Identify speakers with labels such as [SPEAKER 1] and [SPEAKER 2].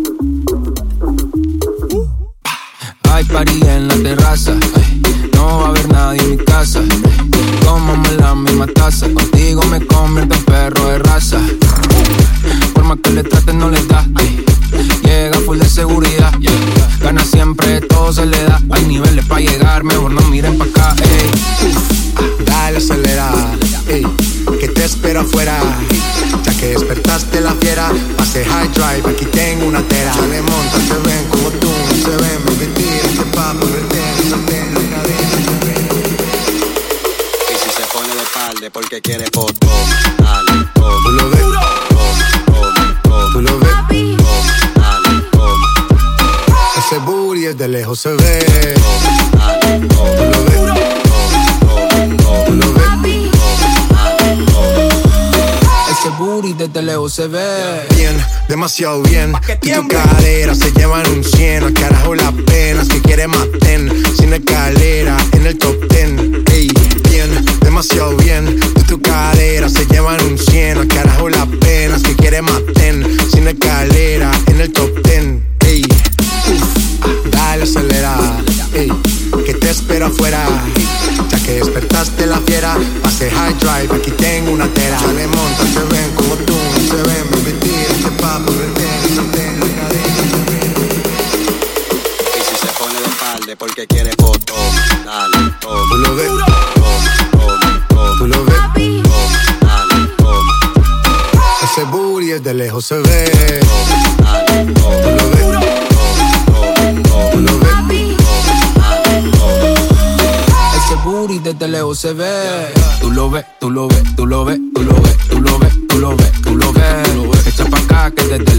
[SPEAKER 1] eh. eh. trabajo se le da. Hay niveles para llegar, mejor no miren para acá. eh. Ey.
[SPEAKER 2] Dale, acelera, ey, que te espero afuera. Ya que despertaste la fiera, pase high drive, aquí tengo una tera. Chale, monta, se ven como tú, se ven, me mentira, este papo, retén, retén, la cadena.
[SPEAKER 3] Y si se pone de espalda porque quiere foto, dale,
[SPEAKER 2] Tú
[SPEAKER 3] come,
[SPEAKER 2] lo ves,
[SPEAKER 3] come,
[SPEAKER 2] tú
[SPEAKER 3] come,
[SPEAKER 2] lo ves.
[SPEAKER 3] come, dale, come,
[SPEAKER 2] Ese booty desde lejos se ve.
[SPEAKER 3] come, dale, come,
[SPEAKER 2] Tú lo ves,
[SPEAKER 3] come, come,
[SPEAKER 2] tú lo ves.
[SPEAKER 3] dale, come.
[SPEAKER 1] Ese booty desde lejos se ve.
[SPEAKER 2] Bien, demasiado bien.
[SPEAKER 1] que
[SPEAKER 2] Y tu
[SPEAKER 1] tiemble.
[SPEAKER 2] cadera se llevan un 100. Al carajo la pena, es que quiere maten. Sin escalera, en el top ten. Ey, bien, demasiado bien. Y tu cadera se llevan un 100. Al carajo la pena, es que quiere maten. Sin escalera, en el top ten. Ey, Dale, acelera, ey, que te espero afuera. Ya que despertaste la fiera, pase high drive, aquí tengo una tera. Dale, monta, se ven como tú, se ven, me mentira, este papo, retén, retén, la cadena.
[SPEAKER 3] Y si se pone de espalda porque quiere foto, dale,
[SPEAKER 2] Tú
[SPEAKER 3] come,
[SPEAKER 2] lo ves,
[SPEAKER 3] come, come,
[SPEAKER 2] tú lo ves,
[SPEAKER 3] come, dale, come,
[SPEAKER 2] ese booty desde lejos se ve.
[SPEAKER 3] come, dale, come.
[SPEAKER 2] Tú lo ves, tú lo ves,
[SPEAKER 1] Ese booty desde lejos se ve. Tú lo ves, tú lo ves, tú lo ves, tú lo ves, tú lo ves, tú lo ves, tú lo ves. Echa pa' acá que desde